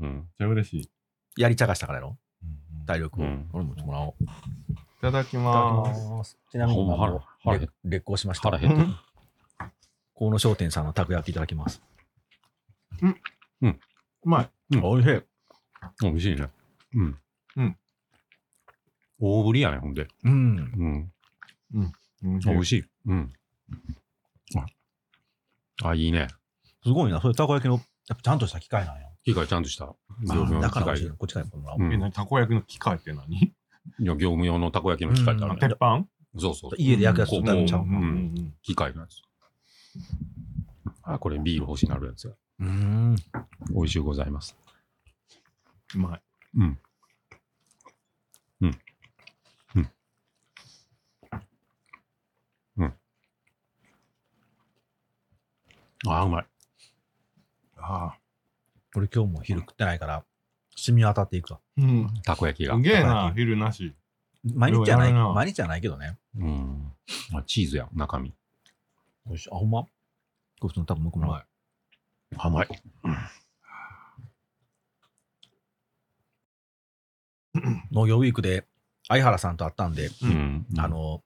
うん。じゃあ嬉しい。いやりちゃかしたからやろ体力を。うん俺もちょっともらおう。いただきただます。きます。ちなみほんに、まあ腹の腹減れっ劣行しました。腹減った。河野商店さんのたこ焼きいただきます。うまい。うんおいしい。美味しいね。うん。うん。大ぶりやね、ほんで。うん。うん。美味美味しい。うん。あ、あいいね。すごいな。それたこ焼きの、やっぱちゃんとした機械なんや。機械ちゃんとした。業務用あだのか機械。ら美味しいの。こっちからももらおう。うんえ、何たこ焼きの機械って何いや業務用のたこ焼きの機械ってあうるんね鉄板そうそうそう。家で焼くやつとだいぶちゃうううんんうんうん機械のやつ。あ、これビール欲しになるやつや。うん。美味しゅうございます。うまい。うん。うん。うん。うん。ああ、うまい。ああ。俺今日も昼食ってないから、染み渡っていくわ。うん。たこ焼きがす。げえたこな焼、き昼なし。毎日じゃない、ようやるな毎日じゃないけどね。うん。あチーズや、中身。よし、あ、ほんまこっちの多分僕うもまい。甘い。農業ウィークで相原さんと会ったんで、うんんあ、の、こ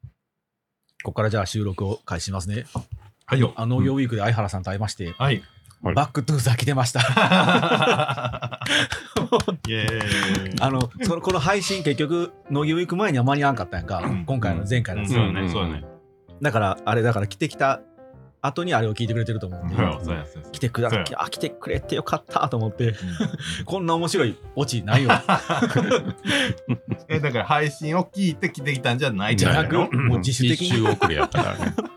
こからじゃあ収録を開始しますね。はいよ。あ農業ウィークで相原さんと会いまして、 はい。はいバックトゥーザー来てました。 イエーイ。あの、そのこの配信結局、農業ウィーク前には間に合わんかったやんかん、今回の前回のやつそうやね、そうやね。だから、あれ、だから来てきた後にあれを聞いてくれてると思うんでそう、やそうやそうや来てくだそうやあ、来てくれてよかったと思って、こんな面白いオチないよ。え、だから配信を聞いて来てきたんじゃ ないじゃなみくたいもう自主的に。一周遅れやったからね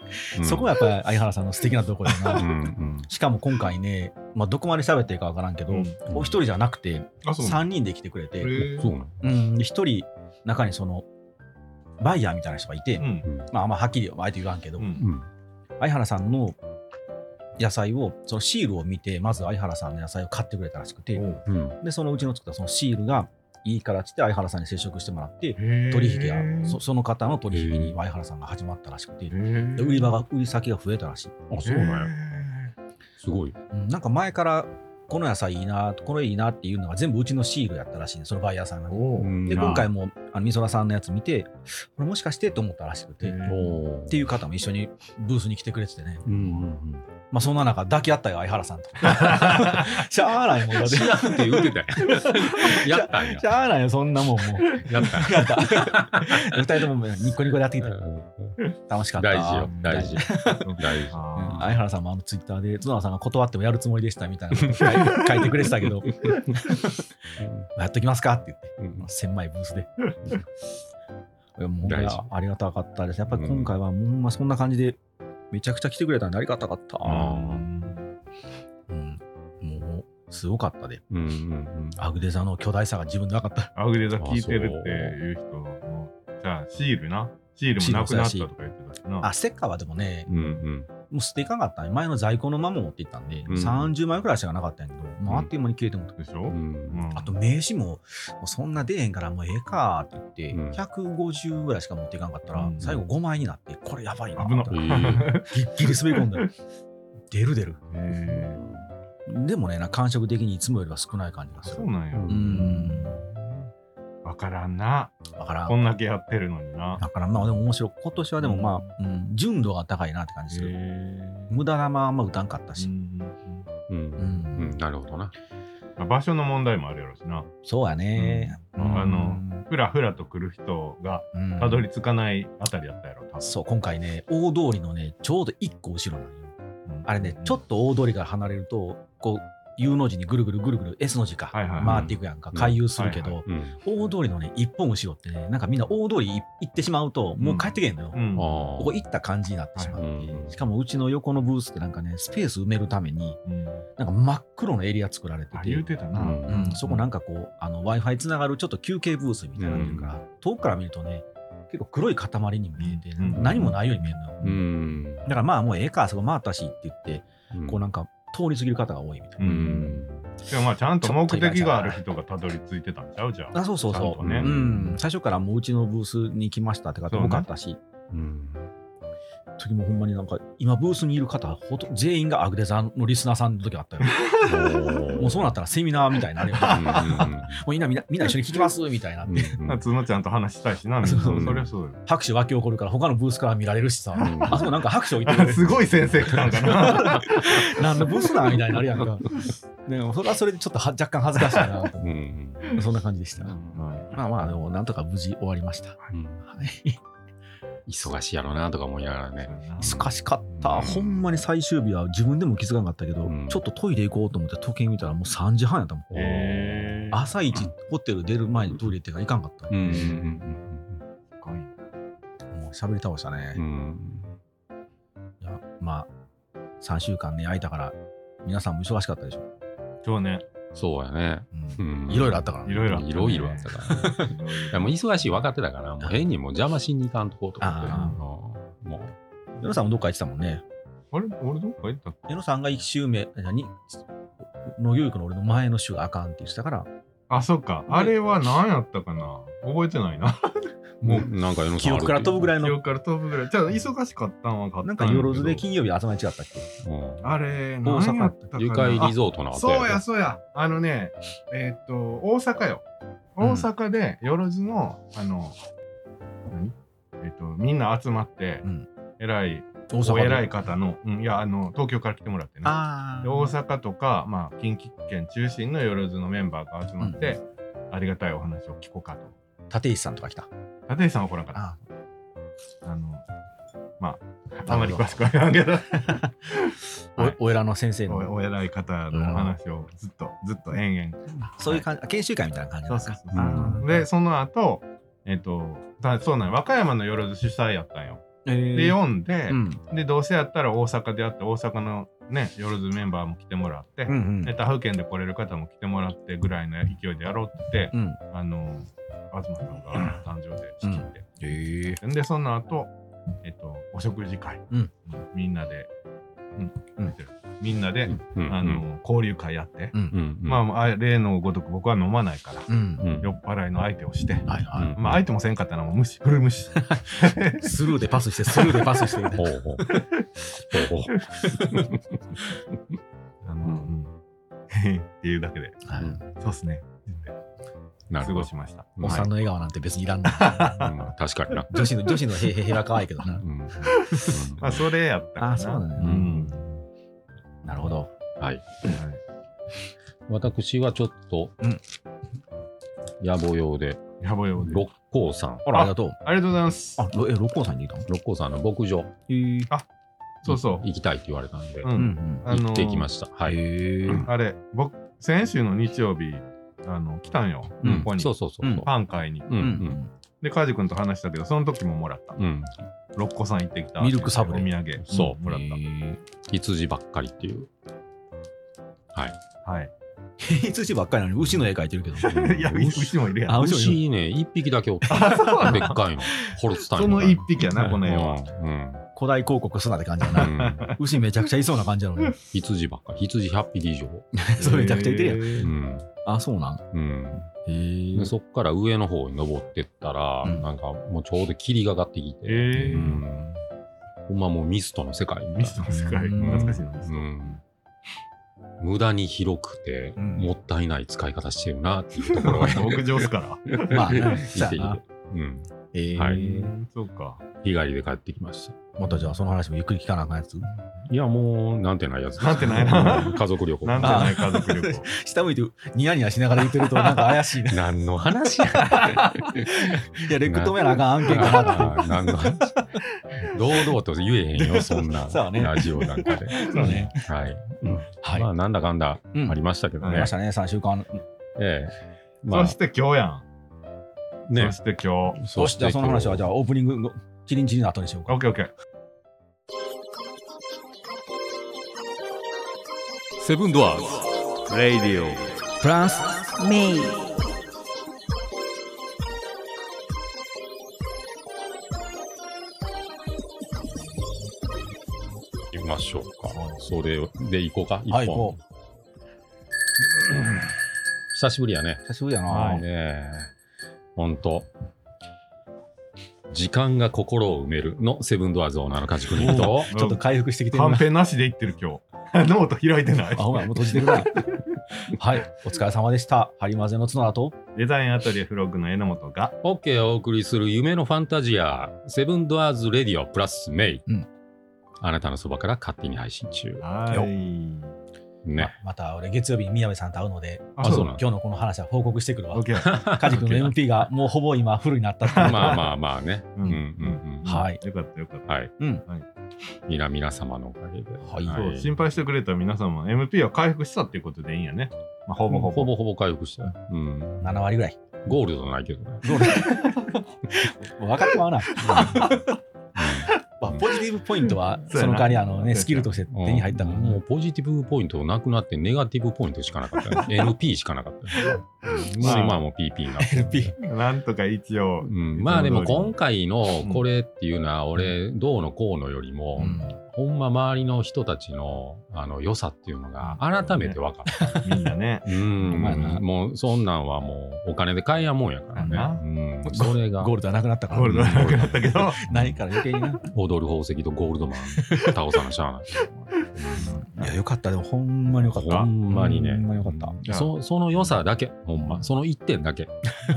そこや。がやっぱり相原さんの素敵なところやうな。んうん。しかも今回ね、まあ、どこまで喋っていいかわからんけど、うんお一人じゃなくて、あ、そうな3人で来てくれて、のそうなの。うん、で一人、中にその、バイヤーみたいな人がいて、うん。まあ、あんまはっきりはあえて言わんけど、うん。うん。相原さんの野菜を、そのシールを見て、まず相原さんの野菜を買ってくれたらしくて、うん。で、そのうちの作ったそのシールがいいからっつって相原さんに接触してもらって、取取引が、そそその方の取引に相原さんが始まったらしくて、うなんで売り場が、売り先が増えたらしい。あ、そうなんや。やすごい。うんなんか前からこの野菜いいなこれいいなっていうのが全部うちのシールやったらしいねそのバイヤーさんがね、おーで今回もあの美空さんのやつ見てこれもしかしてと思ったらしくて、へーっお。ていうう方も一緒にブースに来てくれててねうんうんうん。まあそんな中抱き合ったよ相原 さんとしゃあないもんだってしなくて言うてたんや。やったんやし。ゃあないよそんなもんもうやったんややった2人ともニッコニコでやってきた楽しかった大事よ。大事。 大事。うんあ相原さんもあのツイッターで角田さんが断ってもやるつもりでしたみたいなこと書い書いてくれて たけどやっときますかって言ってうん千枚ブースで。いやもう大事あありがたかったです。やっぱり今回は、もうほんまそんな感じで、めちゃくちゃ来てくれたんでありがたかった。あーうん、もう、すごかったで。うんうんうん。アグデザの巨大さが自分で分か った。アグレザ聞いてるっていう人のじゃあシールなシールもなくなったとか言ってたしなあ、ステッカーはでもね、うんうん。もう捨ていかなかったね。前の在庫のまま持っていったんで、ん30枚くらいしかなかったんやけど、もうあっという間に消えてもうたでしうょ、んあと名刺も、もうそんな出えへんから、もうええかって言うんって、150ぐらいしか持っていかなかったら、うん最後5枚になって、これやばいな。危なえギーッギリ滑り込んだよ。出る出る。えでもね、な感触的にいつもよりは少ない感じがー、すそるう。なんやうんうん。わからんなだからこん、んだけやってるのになだからまあでも面白い。今年はでもまあ、うん、純度が高いなって感じする。え無駄なまああんま歌んかったし。う。うん。うんん。なるほどな。ー、場所の問題もあるやろしなそうやね。うんうんあの、ふらふらと来る人がうんたどり着かないあたりやったやろ多分そう、今回ね、大通りのね、ちょうど一個後ろなのよ。うんあれね、ちょっと大通りから離れると、こう、U の字にぐるぐるぐるぐる S の字か、はいはいはい回っていくやんか、回遊するけうんはど、うん。大通りのね、一本後ろってね、なんかみんな大通り行ってしまうと、もう帰ってけへんのよ。うんあここ行った感じになってしまって、はいうんしかもうちの横のブースってなんかねスペース埋めるためにうんなんか真っ黒のエリア作られてあて、言うてたな、うんうん、そこなんかこうあの w i f i つながるちょっと休憩ブースみたいになってるから、遠くから見るとね結構黒い塊に見えて、うん何もないように見えるのよ、あ。うん。だからまあもうええかあそこ回ったしって言って、こうなんか通り過ぎる方が多いみたいな、ううん。でもまあちゃんと目的がある人がたどり着いてたんちゃうじゃんあそうそうそう、ちゃんとうねん、最初からもううちのブースに来ましたって方多かったし、うん。時もほんまになんか今ブースにいる方ほと全員がアグデザのリスナーさんの時あったよもうそうなったらセミナーみたいにな るよもうみんなみんなみんな一緒に聞きますみたいなうんうんうんつのちゃんと話したいしな、みんそな。そうそうりゃそう拍手沸き起こるから他のブースから見られるし さうんあそこなんか拍手置いてよ。 るすごい先生来たんか な。 何のブースなんみたいになるやんかでもそれはそれでちょっとは若干恥ずかしいなと思うんうんう そんな感じでしたはまあまあでもなんとか無事終わりましたうんはい忙しいやろなとか思いながらいね。難しかった、うんほんまに最終日は自分でも気づかなかったけど、うんちょっとトイレ行こうと思って時計見たらもう3時半やったもん、えー、朝一ホテル出る前にトイレってか行かんかった、うんうんすごいもう喋り倒したねうんう、んいやまあ3週間ね空いたから皆さんも忙しかったでしょ、今日ね、そうやね。ううんんいろいろあったからねいろいろあったねいろいろあったからね。いやもう忙しい分かってたから、もう変にもう邪魔しに行かんとこうと思って。あうんも矢野さんもどっか行ってたもんねあれ俺どっか行ったっけ矢野さんが1週目何農業育の俺の前の週があかんって言ってたからあ、そっか。あれは何やったかな覚えてないな。う、もうなんか世の記憶から飛ぶぐらい。らい記の憶から飛ぶぐらい。じゃあ、忙しかったんはかっなたんやんかけどよろずで金曜日集まり違ったっけうんあれ、何やったかな愉快リゾートのあ後そうや、そうや。あのね、えーっと、大阪よ。大阪で、よろずの、あの、何えーっと、みんな集まって、うん偉い、大おで偉い方の、うん、いや、あの、東京から来てもらってね。あであ大阪とか、まあ、近畿圏中心のよろずのメンバーが集まって、ありがたいお話を聞こうかと。立石さんとか来た立石さんは来なかっあた。あの、まあ、あまり詳しくはないけど、あはいおお偉の先生のおお偉い方のお話をずっと、ずっと延々。そういう感じ、研修会みたいな感じなそんですうそうか。そうそう。で、その後、えっ、と、だそうなんよ和歌山のよろず主催やったんよ。えーで、読んで、うん、で、どうせやったら大阪であって、大阪のね、よろずメンバーも来てもらって、うん、うんで他府県で来れる方も来てもらってぐらいの勢いでやろうって、うん。あの、東さんが誕生で仕切って。ええで、その後、えっ、と、お食事会、うんみんなで、うん、うん見てるみんなで、うんあの、交流会やって、うん、まあまあ、例のごとく僕は飲まないから、うん。うん酔っ払いの相手をして、はいはまあ相手もせんかったらもう無視、フル 無視。い。スルーでパスして、スルーでパスしてみたいほな。うほう。ほうほあの、うん、 へへっていうだけで、はいうんそうっすね。う。な過るごほどし。ました。おっさんの笑顔なんて別にいらんない。 うん確かにな。女子の、女子のへへへは可愛いけどなう。んうんまあそれやったかな。あ、そうなのうね。んなるほど。はい。はい私はちょっとうん、野暮用で、やばいやばい。六甲山。あら、ありがとう。ありがとうございます。あ、ろえ、六甲山にいたの六甲山の牧場えそうそう。行きたいって言われたんで、う。うんん。あのー行ってきました。はい。うんあれ、僕、先週の日曜日、あの、来たんよ。うんここにそうそうそうう。んパン買いに。う。うんん。で、カジ君と話したけど、その時ももらったう。ん。六甲山行ってきた。ミルクサブレお土産。そうんもらっ羊ばっかりっていう。はい。た。はい。 平通地ばっかりなのに、牛の絵描いてるけど。うんいや、牛牛もいるやん。あ牛ね、一匹だけおった。でっかいの。ホルスタイそンみのたい一な。匹やな、この絵は。は。古代広告すなって感じだうな。ん。うん牛めちゃくちゃいそうな感じなのに。羊ばっかり。羊100匹以上。そうめちゃくちゃいてるやん。るうん。あ、そうなん。うん。へえでそっから上の方に登ってったら、うんなんかもうちょうど霧がかってきて、えーうんほんまもうミストの世界みたいなミストの世界。うん懐かしいな。ミスうトん、無駄に広くて、うんもったいない使い方してるなっていうと ころが牧場っすから。まあな、見さていてあ、、うん、えーはそうか。日帰りで帰ってきましたまたじゃあその話もゆっくり聞かなあかんやつ。いやもうなんてないやつなんてないなうん家族 旅行なんてない家族旅行。下向いてニヤニヤしながら言ってるとなんか怪しいな。い何の話 やや、レク止めなあかん案件かなって。あー何の話堂々と言えへんよそんな そうねラジオなんかでそうねはい、はい。まあなんだかんだうんありましたけどありねまし、たね、3週間。ええまそあして今日やん。ねそして今日。そしてその話はじゃああオープニングのチリンチリンの後にしようオッか。ケーオッケー。セブンドアーズレイディオ。フランスメイ行きましょうかそれで行こうか一本、はい、こう。久しぶりやね久しぶりやな。はねいえほんと時間が心を埋めるのセブンドアーズオーナーの家畜人と、ちょっと回復してきてるカンな。ペなしで言ってる今 日。ノート開いてなあ、。いほら、もう閉じてるな。はい、 お疲れ様でした。ハリマゼの角だと。デザインアトリエフロッグの榎本が。オッケーをお送りする夢のファンタジア、セブンドアーズレディオプラスメイ。うんあなたのそばから勝手に配信中。はい。ね。また俺月曜日に宮部さんと会うので、あそうなの今日のこの話は報告してくるわオッ。ケ ー。カジ君の MP がもうほぼ今フルになったっていうまあのとまあまあね。ううんんうんうん。はいよかったよかった。はい。うん。皆皆様のおかげで。はいそう心配してくれた皆さんも MP は回復したっていうことでいいんやね。まあ、ほぼほぼ。ほぼほぼ回復したよ。うん。 7割ぐらい。ゴールドないけどね。どうだもう分かってまうな。まあ、ポジティブポイントはそうやなその代わりあの、そうやね、なスキルとしてうん手に入ったからもなうポジティブポイントなくなって、ネガティブポイントしかなかったよね。NP しかなかったよ。うんまあ今はもう PP になってる。 LP なんとか一 応。うん、まあでも今回のうんこれっていうのは俺どうのこうのよりも、ほんま周りの人たちのあの良さっていうのが改めて分かった。みんな ね。うんまあなもうそんなんはもうお金で買えやんもんやからねまあな。うん、それがゴールドはなくなったかゴールらド はなくなったけど。ないから余計にな。踊る宝石とゴールドマン倒さなしゃあない。いやよかったでもほんまによかった。ほんまにね。ほんまによかった。うんそその良さだけ、ほんま。その一点だけ。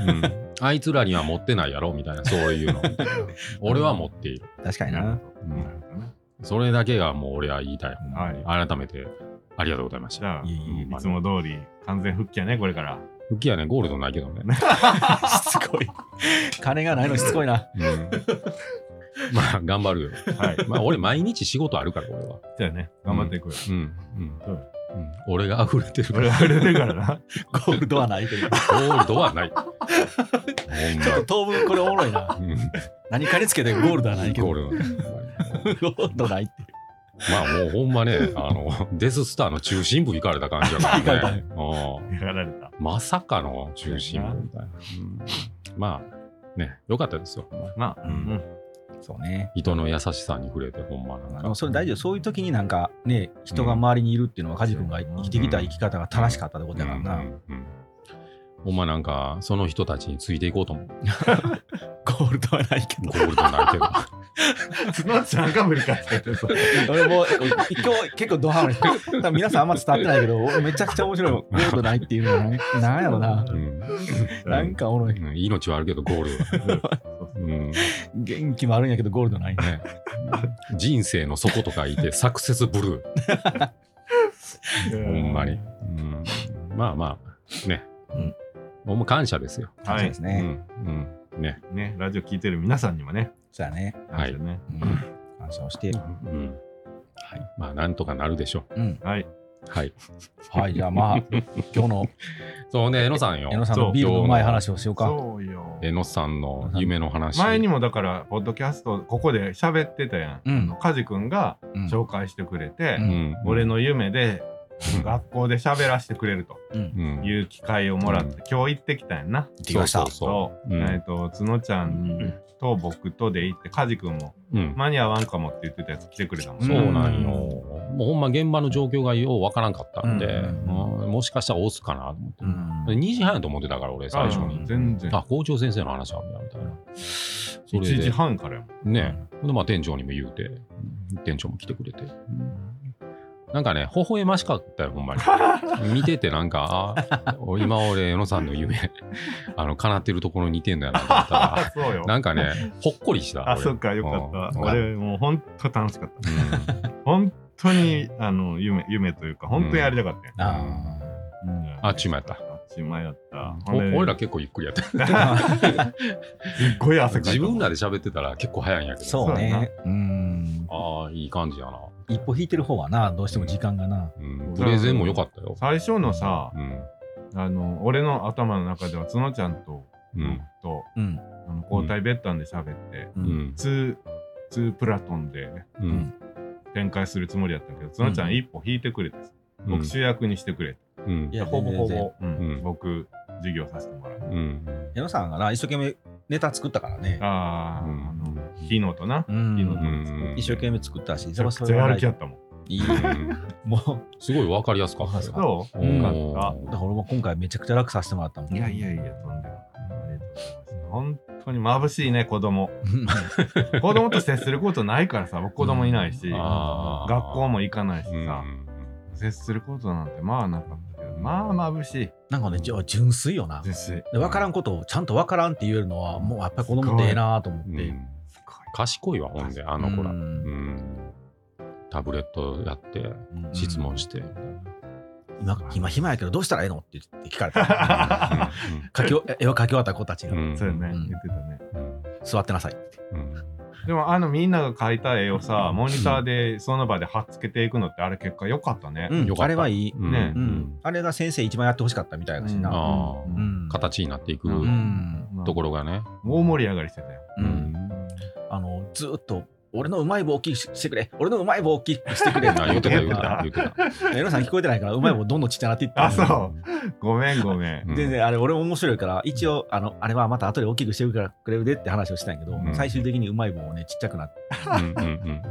うん あいつらには持ってないやろみたいな、そういう の。俺は持っている。確かになるな。ほどなるほどねそれだけがもう俺は言いたい。ほんまに改めてありがとうございましじた。ゃあ、いえいえいつも通り完全復帰やね、これから。復帰はね、ゴールドないけどね。 しつこい。金がないのしつこいな。 うんまあ、頑張るよ。はい。まあ、俺、毎日仕事あるから、俺は。じゃあね、頑張っていこうよ。うん。うん。うん俺が溢れてるか俺ら、は 売れてるからな。ゴールドはないという。ゴールドは ない。ほんちょっと当分これおもろいな。まうん何かにつけてゴールドはないけど。ゴーゴルドはないールドないって。まあ、もうほんま ね、あの、デススターの中心部行かれた感じや行かかれらたねね。うんやられた。まさかの中心部みたいな。うんまあ、ね、よかったですよ。なあ、ううんん。そうね。人の優しさに触れて、ほんまなんあかの。それ大丈夫そういう時になんかね人が周りにいるっていうのは梶君が生きてきた生き方が正しかったってことやからな、うんうんうんほんまなんか、その人たちについていこうと思う。ゴールドはないけゴールドないけど。 角ちゃんが無理かって言 ってど俺もう今日結構ドハマり多分皆さんあんま伝わってないけど俺めちゃくちゃ面 白いゴールドないっていうのはねなんやろなうんなんかおもろいうん命はあるけどゴールドはない、 うんね、元気もあるんやけどゴールドない人生の底とかいてサクセスブルそうーほんまに、。うん、まあまあね、うんほんま感謝ですよ、はそういです。ね、うんうんねね、ラジオ聞いてる皆さんにもね、そうやね、はい感謝ね。うん感謝をしてうんはい、まあなんとかなるでしょうんはい。うはい はいじゃあ まあ今日のそうねえのさんよ江野さんのビールのうまい話をしようかそうよ。えのさんの夢の話前にもだから、ポッドキャスト、ここで喋ってたやん。うんあのカジ君がうん紹介してくれて、うん俺の夢でうん学校で喋らせてくれるとうんうんいう機会をもらって、う今日行ってきたんやな。行ってきましたそうそそううんえっ、と、角ちゃんと僕とで行って、カジ君もう、うん間に合わんかもって言ってたやつ来てくれたもんそね。うなんよ。もうほんま現場の状況がようわからんかったんで、うんうんもしかしたら押すかなと思って。うん2時半やと思ってたから、俺、最初に。全然あ、校長先生の話なんだ、みたいな。そ1れ時で、半からやもん。ね。で、まあ、店長にも言うて、うん店長も来てくれて。なんかね、微笑ましかったよ、ほ んまに。見てて、なんか、あ今俺、江野さんの夢、あの、叶ってるところに似てんだよな、と思ったあら、そうよ。なんかね、ほっこりした。あ、俺そっか、よかった。うん俺、もう本当楽しかった。うん本当に、あの、夢、夢というか、本当にやりたかったよ。あーあっちゅう間やったあっちゅう間やった。お俺らす結構ゆっくりやった。 っごい汗かいた。自分らで喋ってたら結構早いんやけど。そうね。うん。ああ、いい感じやな。一歩引いてる方はな、どうしても時間がな。うん。プレゼンも良かったよ。最初のさう、ん。あの、俺の頭の中では、角ちゃんと、うん。と、うん。あの交代ベッタンで喋って、う。うん。ツー、ツープラトンでうん。展開するつもりやったけど、角ちゃうんん一歩引いてくれてさ、うん僕主役にしてくれて、うんい。や、ほぼ全ほ然。ぼ、うんうん僕、授業させてもらう。うん。矢野さんがな、一生懸命ネタ作ったからね。あー、うんあの、昨日とな、う昨ん。うん一生懸命作ったし、めちゃくそちゃやる気やいったもん。い。もすごいわかりやすかったよ。そううんよかっう、だから俺も今回めちゃくちゃ楽させてもらったもん。た。いやいやいや、とんでもない。ありがとうございます。本当に眩しいね、子供。子供と接することないからさ、僕子供いないし、うん学あー校も行かないしうんさ、接することなんてまあなかったけど、まあ眩しい。なんかね、じゃあ純粋よな。眩しい。で分からんことをちゃんと分からんって言えるのは、もうやっぱり子供ってええなと思っうて。ん賢いわ、ほんで、あの子ら。ううんんタブレットや って、うん質問して。今、今暇やけど、どうしたらええのって言って聞かれた。 描きお絵を描き終わった子たちが、うんそうよね、うん言ってたね。うん座ってなさいって。うんでもあのみんなが描いた絵をさ、モニターでその場で貼っつけていくのってあれ結果良かったね。うんよかったあれはいい、うんねううんんあれが先生一番やってほしかったみたいだしうんな。あううあ、ん形になっていくうんうんまあところがね。大盛り上がりしてたよ。ううんんあのずーっと俺のうまい棒大きくしてくれ俺のうまい棒大きくしてくれあ言ってた、 言ってた、言ってた。 エロさん聞こえてないからうまい棒どんどんちっちゃなっていってあそうごめんごめん。うん全然あれ俺も面白いから一応あのあれはまた後で大きくしてくれるでって話をしたんやけど、うん最終的にうまい棒をねちっちゃくなってうんうんう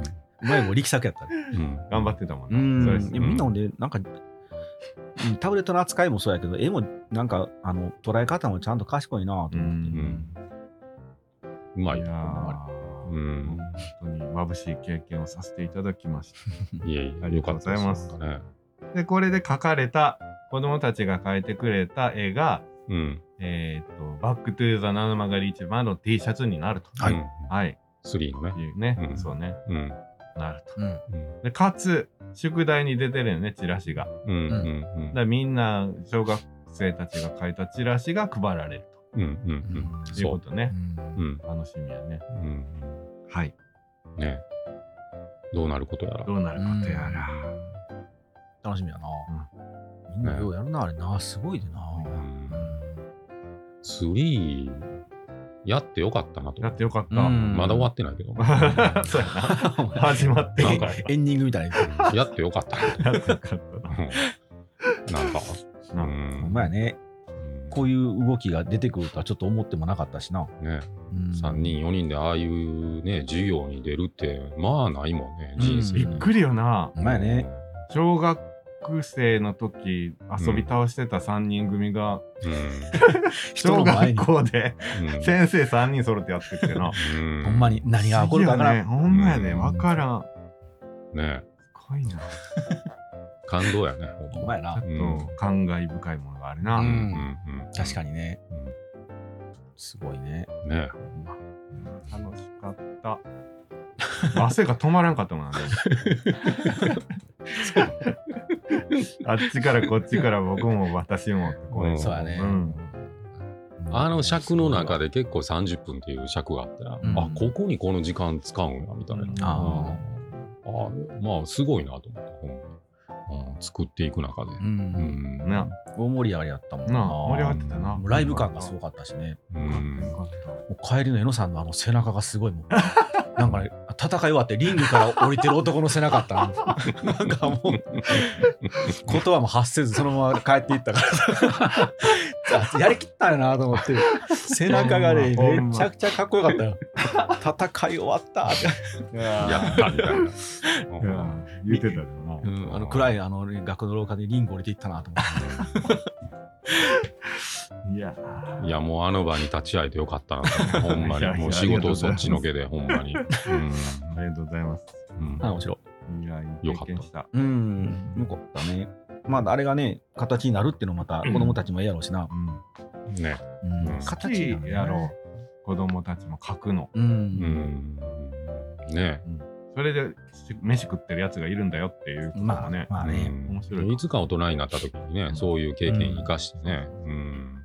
まい棒力作やったねうんうん頑張ってたもん うね。それんすいやみんなほんでなんかうんタブレットの扱いもそうやけど絵もなんかあの捉え方もちゃんと賢いなと思って、うんうまいいやよーうん本当に眩しい経験をさせていただきましいえいあえ、りよがとかうったござでいますなんかね。た。で、これで描かれた、子供たちが描いてくれた絵が、うん。えっ、と、バックトゥーザナノマガリ市場の T シャツになると。はいうんはい。 3のってね。いうね、うんそうね、うん。なると。うんうんで、かつ、宿題に出てるよね、チラシが。だかうんうんうんらみんな、小学生たちが書いたチラシが配られるうんうんううんん。というそこう。とね。うん楽しみやね。うんはい。うん。ねどうなることやら。どうなることやら。楽しみやな、みんなようやるなあれなすごいでな、 ん3やってよかったなとや。ってよかった。うんまだ終わってないけど。 そうやな。始まってなんかやっエンディングみたいなぱやってよかったなとやってよかったな。うんなんか。うなんかほんんまやねこういう動きが出てくるとはちょっと思ってもなかったしな、ね、うん3人4人でああいうね授業に出るってまあないもんねうん人生 びに、っくりよな。ほんまやね、小学生の時遊び倒してた3人組が、うん人小の前学に校でうん先生3人揃ってやってってな。うんほんまに何が起こるかわからん、不思議やねほんまやね、うんわからん。ねすごいな。感動やねほんまやなちょっと感慨深いものがあるな。ううんんうんうん確かにね、すごいねね楽しかった。汗が止まらんかったも んな、ね、あっちからこっちから僕も私もってこう、うんそうやねうんあの尺の中で結構30分っていう尺があったら、うんあここにこの時間使うんやみたいな、うんああーまあすごいなと思って、ほんまにうん、作っていく中で、ううんんな大盛り上がりやったもんな盛り上がってたなもうライブ感がすごかったしねうんよかもっう帰りの江野さんのあの背中がすごい もうなんかね戦い終わってリングから降りてる男の背中あった ななんかもう 言葉も発せずそのまま帰っていったから あやりきったんやなと思って背中がねほんまほんまめちゃくちゃかっこよかったよ戦い終わったってたややったみたいな。うん言ってたよな、うんあの暗いあの学の廊下でリング降りていったなと思っていやいやもうあの場に立ち会えてよかったなと思うほんまいやいやにもう仕事をそっちのけでほんまに、うんありがとうございますうんあ面白いいやいい経験したうんよかったねまああれがね形になるっていうのまた子供たちもええやろうしな、うんねうんうん好きるねやろう子供たちも書くのうん、うんねそれでし飯食ってるやつがいるんだよっていうことまがあね、まあね、うん面白いいつか大人になった時にねそういう経験生かしてねうん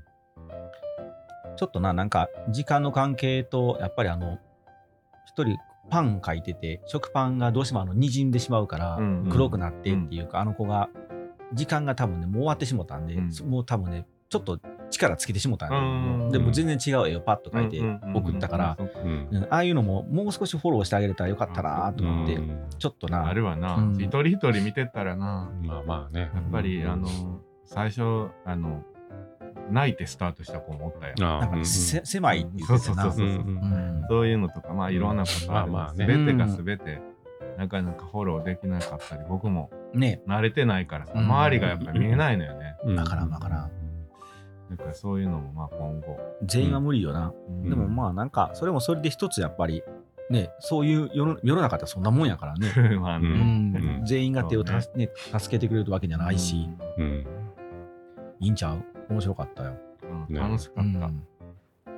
ちょっとな、なんか、時間の関係と、やっぱりあの、一人パン書いてて、食パンがどうしてもあの、滲んでしまうからうん、黒くなってっていうか、あの子が、時間が多分ね、もう終わってしもたんで、うんもう多分ね、ちょっと力尽きてしもたんうんで、でもう全然違う絵をパッと書いて送ったから、うんうんうんああいうのももう少しフォローしてあげれたらよかったなと思って、うんちょっとあな、るわな、うん一人一人見てったらなまあまあねやっぱり、うんあの最初あの泣いてスタートした子もおったやんあなあんかうねんせ狭いって言そうってそたうそうなそ。う、うんそういうのとかまあいろんなことあるまあまあねすべてがすべてなかなかフォローできなかったり僕もね慣れてないからさうん周りがやっぱ見えないのよね、うんわからんわからんなんかそういうのもまあ今後。全員は無理よな、うんでも まあなんかそれもそれで一つやっぱりねそういう世の世の中ってそんなもんやからねまあううねん、うん全員が手をたす、ね、助けてくれるわけじゃないし、うん。いいんちゃう面白かったよ、うんね楽しかった、あ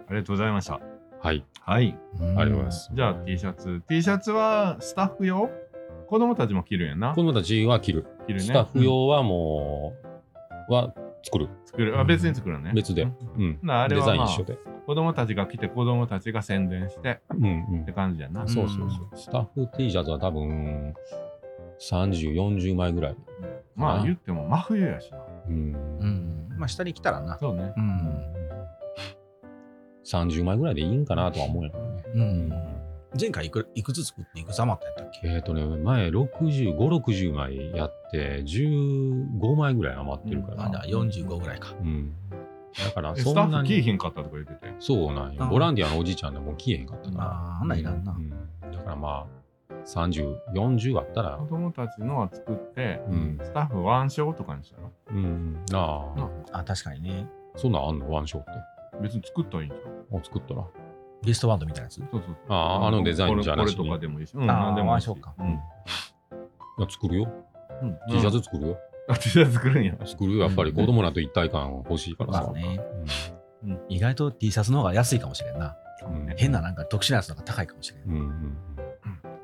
りがとうございました。はい。はい。うんありがとうございますじゃあ T シャツ。T シャツはスタッフ用子供たちも着るんやな子。供たちは着る。着るスタねッ。フ用はもう、は作る。作る。あ、別に作るのね。別でうんうん。なあれデは、ザインまあ、一緒子で。供たちが来て子供たちが宣伝してうんうんって。感じやな。そうそうそう。スタッフ T シャツは多分30、40枚ぐらい。まうあん言っても真冬やしな。うん。うんまあ下に来たらなそうね。うん、 30枚ぐらいでいいんかなとは思うよね。うん、前回いくいくつ作っていくざまったやったっけえっ、とね、前65、60枚やって、15枚ぐらい余ってるかあじゃらあ。45ぐらいかうん。だから、えスタそんなッフ着いに。ひんかったとか言ってて。そうなんよ。あボランティアのおじいちゃんでも消えへんかったから。ああんなんいらんな、うんだからまあ、30、40あったら子、供たちのは作って、うんスタッフワンショーとかにしたらうん、なあ、あ確かにねそんなんあんのワンショーって。別に作ったらいいんじゃん。もう作ったら。ゲストバンドみたいなやつそうそうそうあああのデザインじゃなしにこれこれとかでもいいし。うん、ああなんでもいいし。ワンショーかうん。いや作るよ。うん、 T シャツ作るよ。あ T シャツ作るんや。作るよ。やっぱり子供らと一体感欲しいからまあさ。ね意外と T シャツの方が安いかもしれんなうんうん変ななんか特殊なやつの方が高いかもしれん、うんうんうん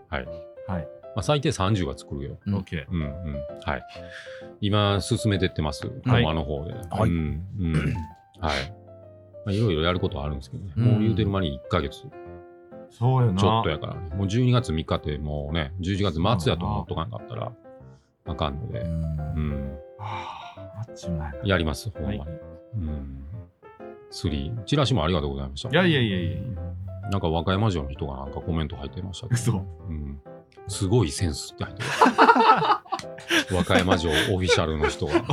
はい。はい。まあ、最低30は作るよ。うんオッケー。うんうん。はい。今、進めてってます。はい駒の方で。はいうんうんはい。まあいろいろやることはあるんですけどね。うんもう言うてる間に1ヶ月そうよな。ちょっとやから、もう12月3日ってもうね、11月末やと思っとかなかったらあかんのうで、んうん、はあ、あっちまいな。やります、ほんまに。はいうん。スリー、チラシもありがとうございました。いやいやいやいやいなんか和歌山城の人がなんかコメント入ってましたけど。嘘。うん。すごいセンスって入ってる。和歌山城オフィシャルの人が。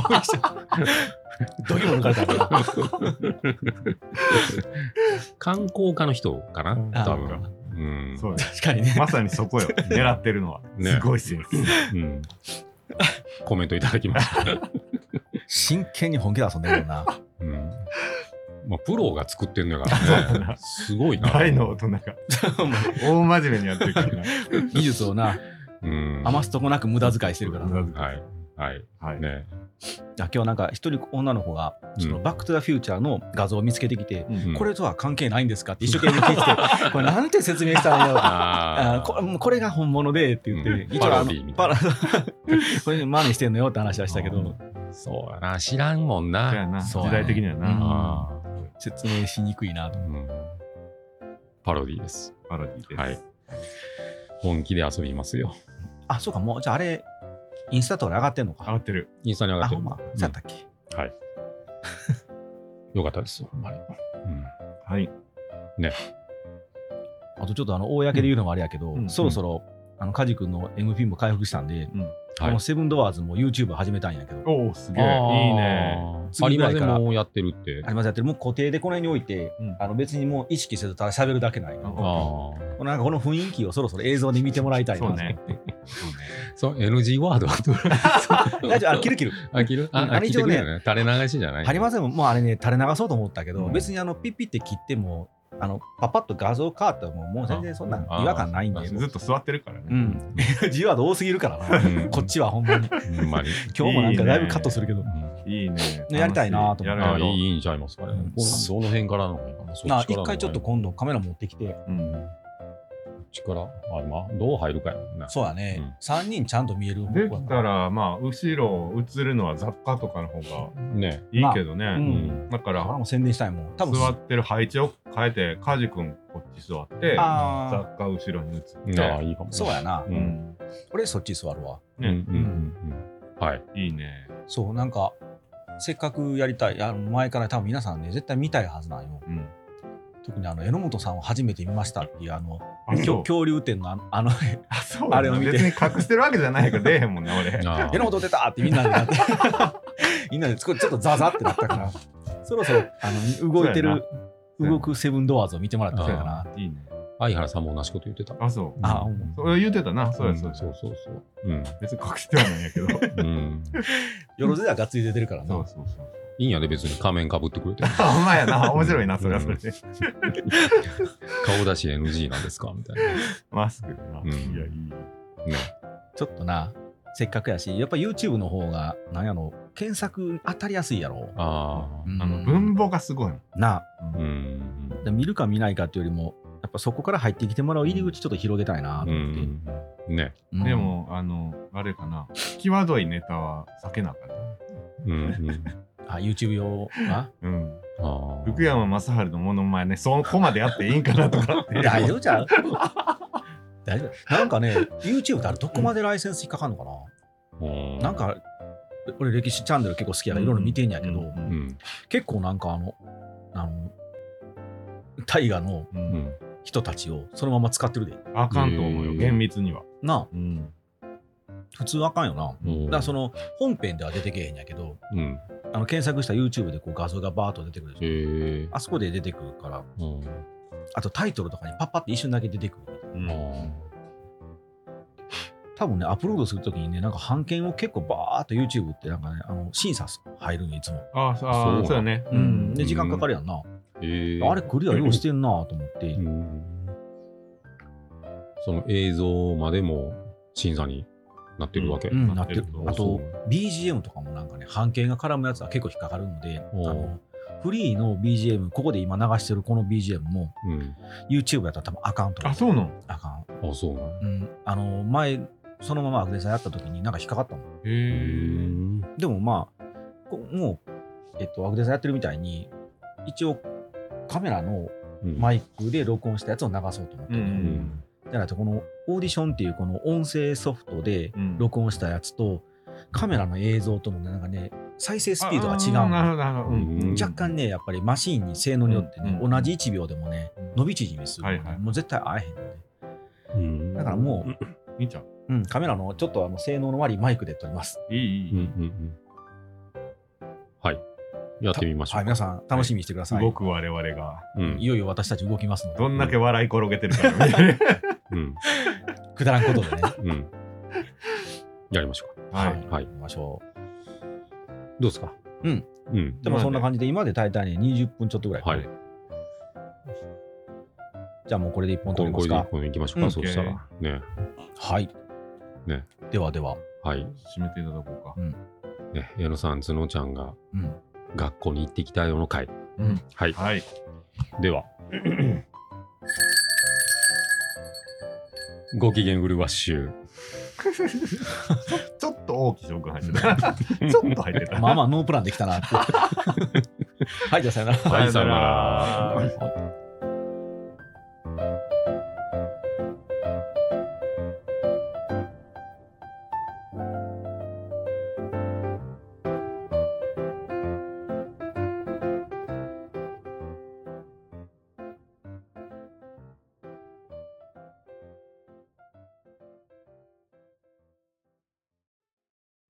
どぎも抜かれたな観光家の人かなうん多あ分。うん。 そうよ。確かにねまさにそこ よ。狙ってるのは。ねすごいセンス。うん。コメントいただきました。真剣に本気で遊んでるも んなうんまあ、プロが作ってんだからね。すごいな。大の大人が。大真面目にやってるからな。技術をなうん。余すとこなく無駄遣いしてるからなはい。はい。はい。ね。あ今日なんか一人女の子が「そのうんバック・トゥ・ザ・フューチャー」の画像を見つけてきて、うんこれとは関係ないんですかって一生懸命聞いて てこれなんて説明したらいいんだろうああーこもうこれが本物でって言って、うん一応パロあのディみたいなパロ これにマネしてんのよって話はしたけどあ。そうやな。知らんもんな。そうやな。そう時やね代的にはうんな。ああ説明しにくいなとうんパロディです。パロディです。はい。本気で遊びますよ。あそうかもうじゃああれインスタとかで上がってんの上がかってる。インスタに上があってほる。んまそうやったっけ、よかったです。ほんまに。うんはい。あとちょっとあの公で言うのもあれやけど、うんそろそろ、あのカジ君の MP も回復したんで、あはのい。セブンドアーズも YouTube 始めたんやけどおお、すげえ。いいね。あ次りぐまらいせからもやってるってあ。りますやってるもう固定でこの辺に置いてうんあの別にもう意識せずただ喋るだけないあのああ。なんかこの雰囲気をそろそろ映像で見てもらいたいなそ うね。そう、NG ワードはどれ 大丈夫あキルキル飽きるあ、うん飽きてくれるね。垂れ流しじゃない。ハリマゼももうあれね垂れ流そうと思ったけど、うん別にあのピッピって切ってもあのパパッと画像変わったらもうもう全然そんなあ違和感ないんあでずっと座ってるからうね。ん自由は多すぎるからな、 うんこっちはほんまにほんまに。今日もなんかだいぶカットするけどうんいいね。ねやりたいなと思って楽あいしやるやろういいいんちゃいますかね。うんこうその辺からの方がいいかな。そなちからの方がいい一回ちょっとこ今度カメラ持ってきてうんっちから、あ、まあ、どう入るかやもんな。そうだね、3人ちゃんと見える方向でやきかたら、まあ、後ろ映るのは雑貨とかの方がね。いいけどうね。んだかこれはら、もう宣伝したいもん多分座ってる配置を変えて、カジ君こっち座って、あー雑貨後ろに移っああ、て。いいかも。そうやな、う。うんん俺そっち座るわうん。うん。うん。うね、んはい。いいね。そうなんかせっかくやりたいあの前から多分皆さんね絶対見たいはずなんようん。特にあの榎本さんを初めて見ましたっていうあのあ、そう。恐竜展のあのあのあ、そう。あれを見て別に隠してるわけじゃないから、出えへんもんね、俺。 あ榎本出たってみんなでなって みんなでこれちょっとザザってなったからそろそろあの動いてるそうやな動くセブンドアーズを見てもらったらいいかないいね。相原さんも同じこと言ってた。あ、そう。あうんんそれ言うてたな。そうや、そうや。そうそうそう。うん。 別に隠してはないんやけど。うん。よろずではがっつり出てるからなそうそうそう。いいんやで別に仮面かぶってくれてあほんまやな面白いなそれはそれで顔出し NG なんですかみたいマスクでな、うんいやいいなねちょっとな、せっかくやし、やっぱ YouTube の方が、なんやろ、検索当たりやすいやろ。あああのうん文法がすごいもんなううんんあ、で見るか見ないかっていうよりも、やっぱそこから入ってきてもらう入り口ちょっと広げたいなとう思って。んねうんで、もあのあれかな際どいネタは避けなかったうんうんあ、YouTube 用はうんああ福山雅治のモノマネそこまでやっていいんかなとかっ て大丈夫ちゃう大丈夫なんかね、YouTube ってあれどこまでライセンス引っかかんのかな、うんなんか、俺歴史チャンネル結構好きやからいろいろ見てんやけど、うんうんうん結構なんかあの、あの、大河のううんん人たちをそのまま使ってるで。あかんと思うよへー厳密にはなあ、うん普通あかんよな。うんだからその本編では出てけえへんやけど、うんあの検索した YouTube でこう画像がバーッと出てくるでしょ。へえあそこで出てくるから、うんあとタイトルとかにパッパって一瞬だけ出てくる。うん多分ね、アップロードするときにね、なんか版権を結構バーッと YouTube ってなんかね、あの審査入るのいつも。ああそうそうあなそうやねうん、で、うん時間かかるやんな。へえあれ、クリア用意してんなと思ってう。んその映像までも審査になってるわけうん、なってるう。んあと、BGM とかもなんかね、版権が絡むやつは結構引っかかるので、あおうのフリーの BGM、ここで今流してるこの BGM も、うん、 YouTube やったら多分あかんと思あそうなのあかん。あそうなんうん、あの前そのままアグレさんやった時になんか引っかかったもんへへえーでもまあこもう、えっと、アグレさんやってるみたいに一応カメラのうんマイクで録音したやつを流そうと思ってる、うんじゃないとこのオーディションっていうこの音声ソフトでうん録音したやつとカメラの映像とのねなんかね再生スピードが違あうなるのほどなるほどうんうん若干ねやっぱりマシーンに性能によってね、うん同じ1秒でもねうん伸び縮みする、はいはいもう絶対合えへんのでうんだからもう見ちゃううん、カメラのちょっとあの性能の悪いマイクで撮ります。いいいいうんいうんいうんはいやってみましょうはい、皆さん楽しみにしてください。動く我々がうんいよいよ私たち動きますのでど、んだけ笑い転げてるかねうんくだらんことでね。うんやりましょう はい はい行きましょかどうですかうんうんう。でもそんな感じで、今まで大体ね、20分ちょっとぐらい。はいじゃあもうこれで1本こ撮れりまこれすで一か。本いきましょううかんそうしたらねはい。ねではでは。はい締めていただこうかね矢野さん角ちゃんがうん。学校に行ってきたよの会うんはいはいで はご機嫌うるわっしゅうちょっと大きい紹介入ってた。 ちょっと入って た。まあまあ、ノープランできたなって。はい、じゃあさよなら。はいさよならはいはい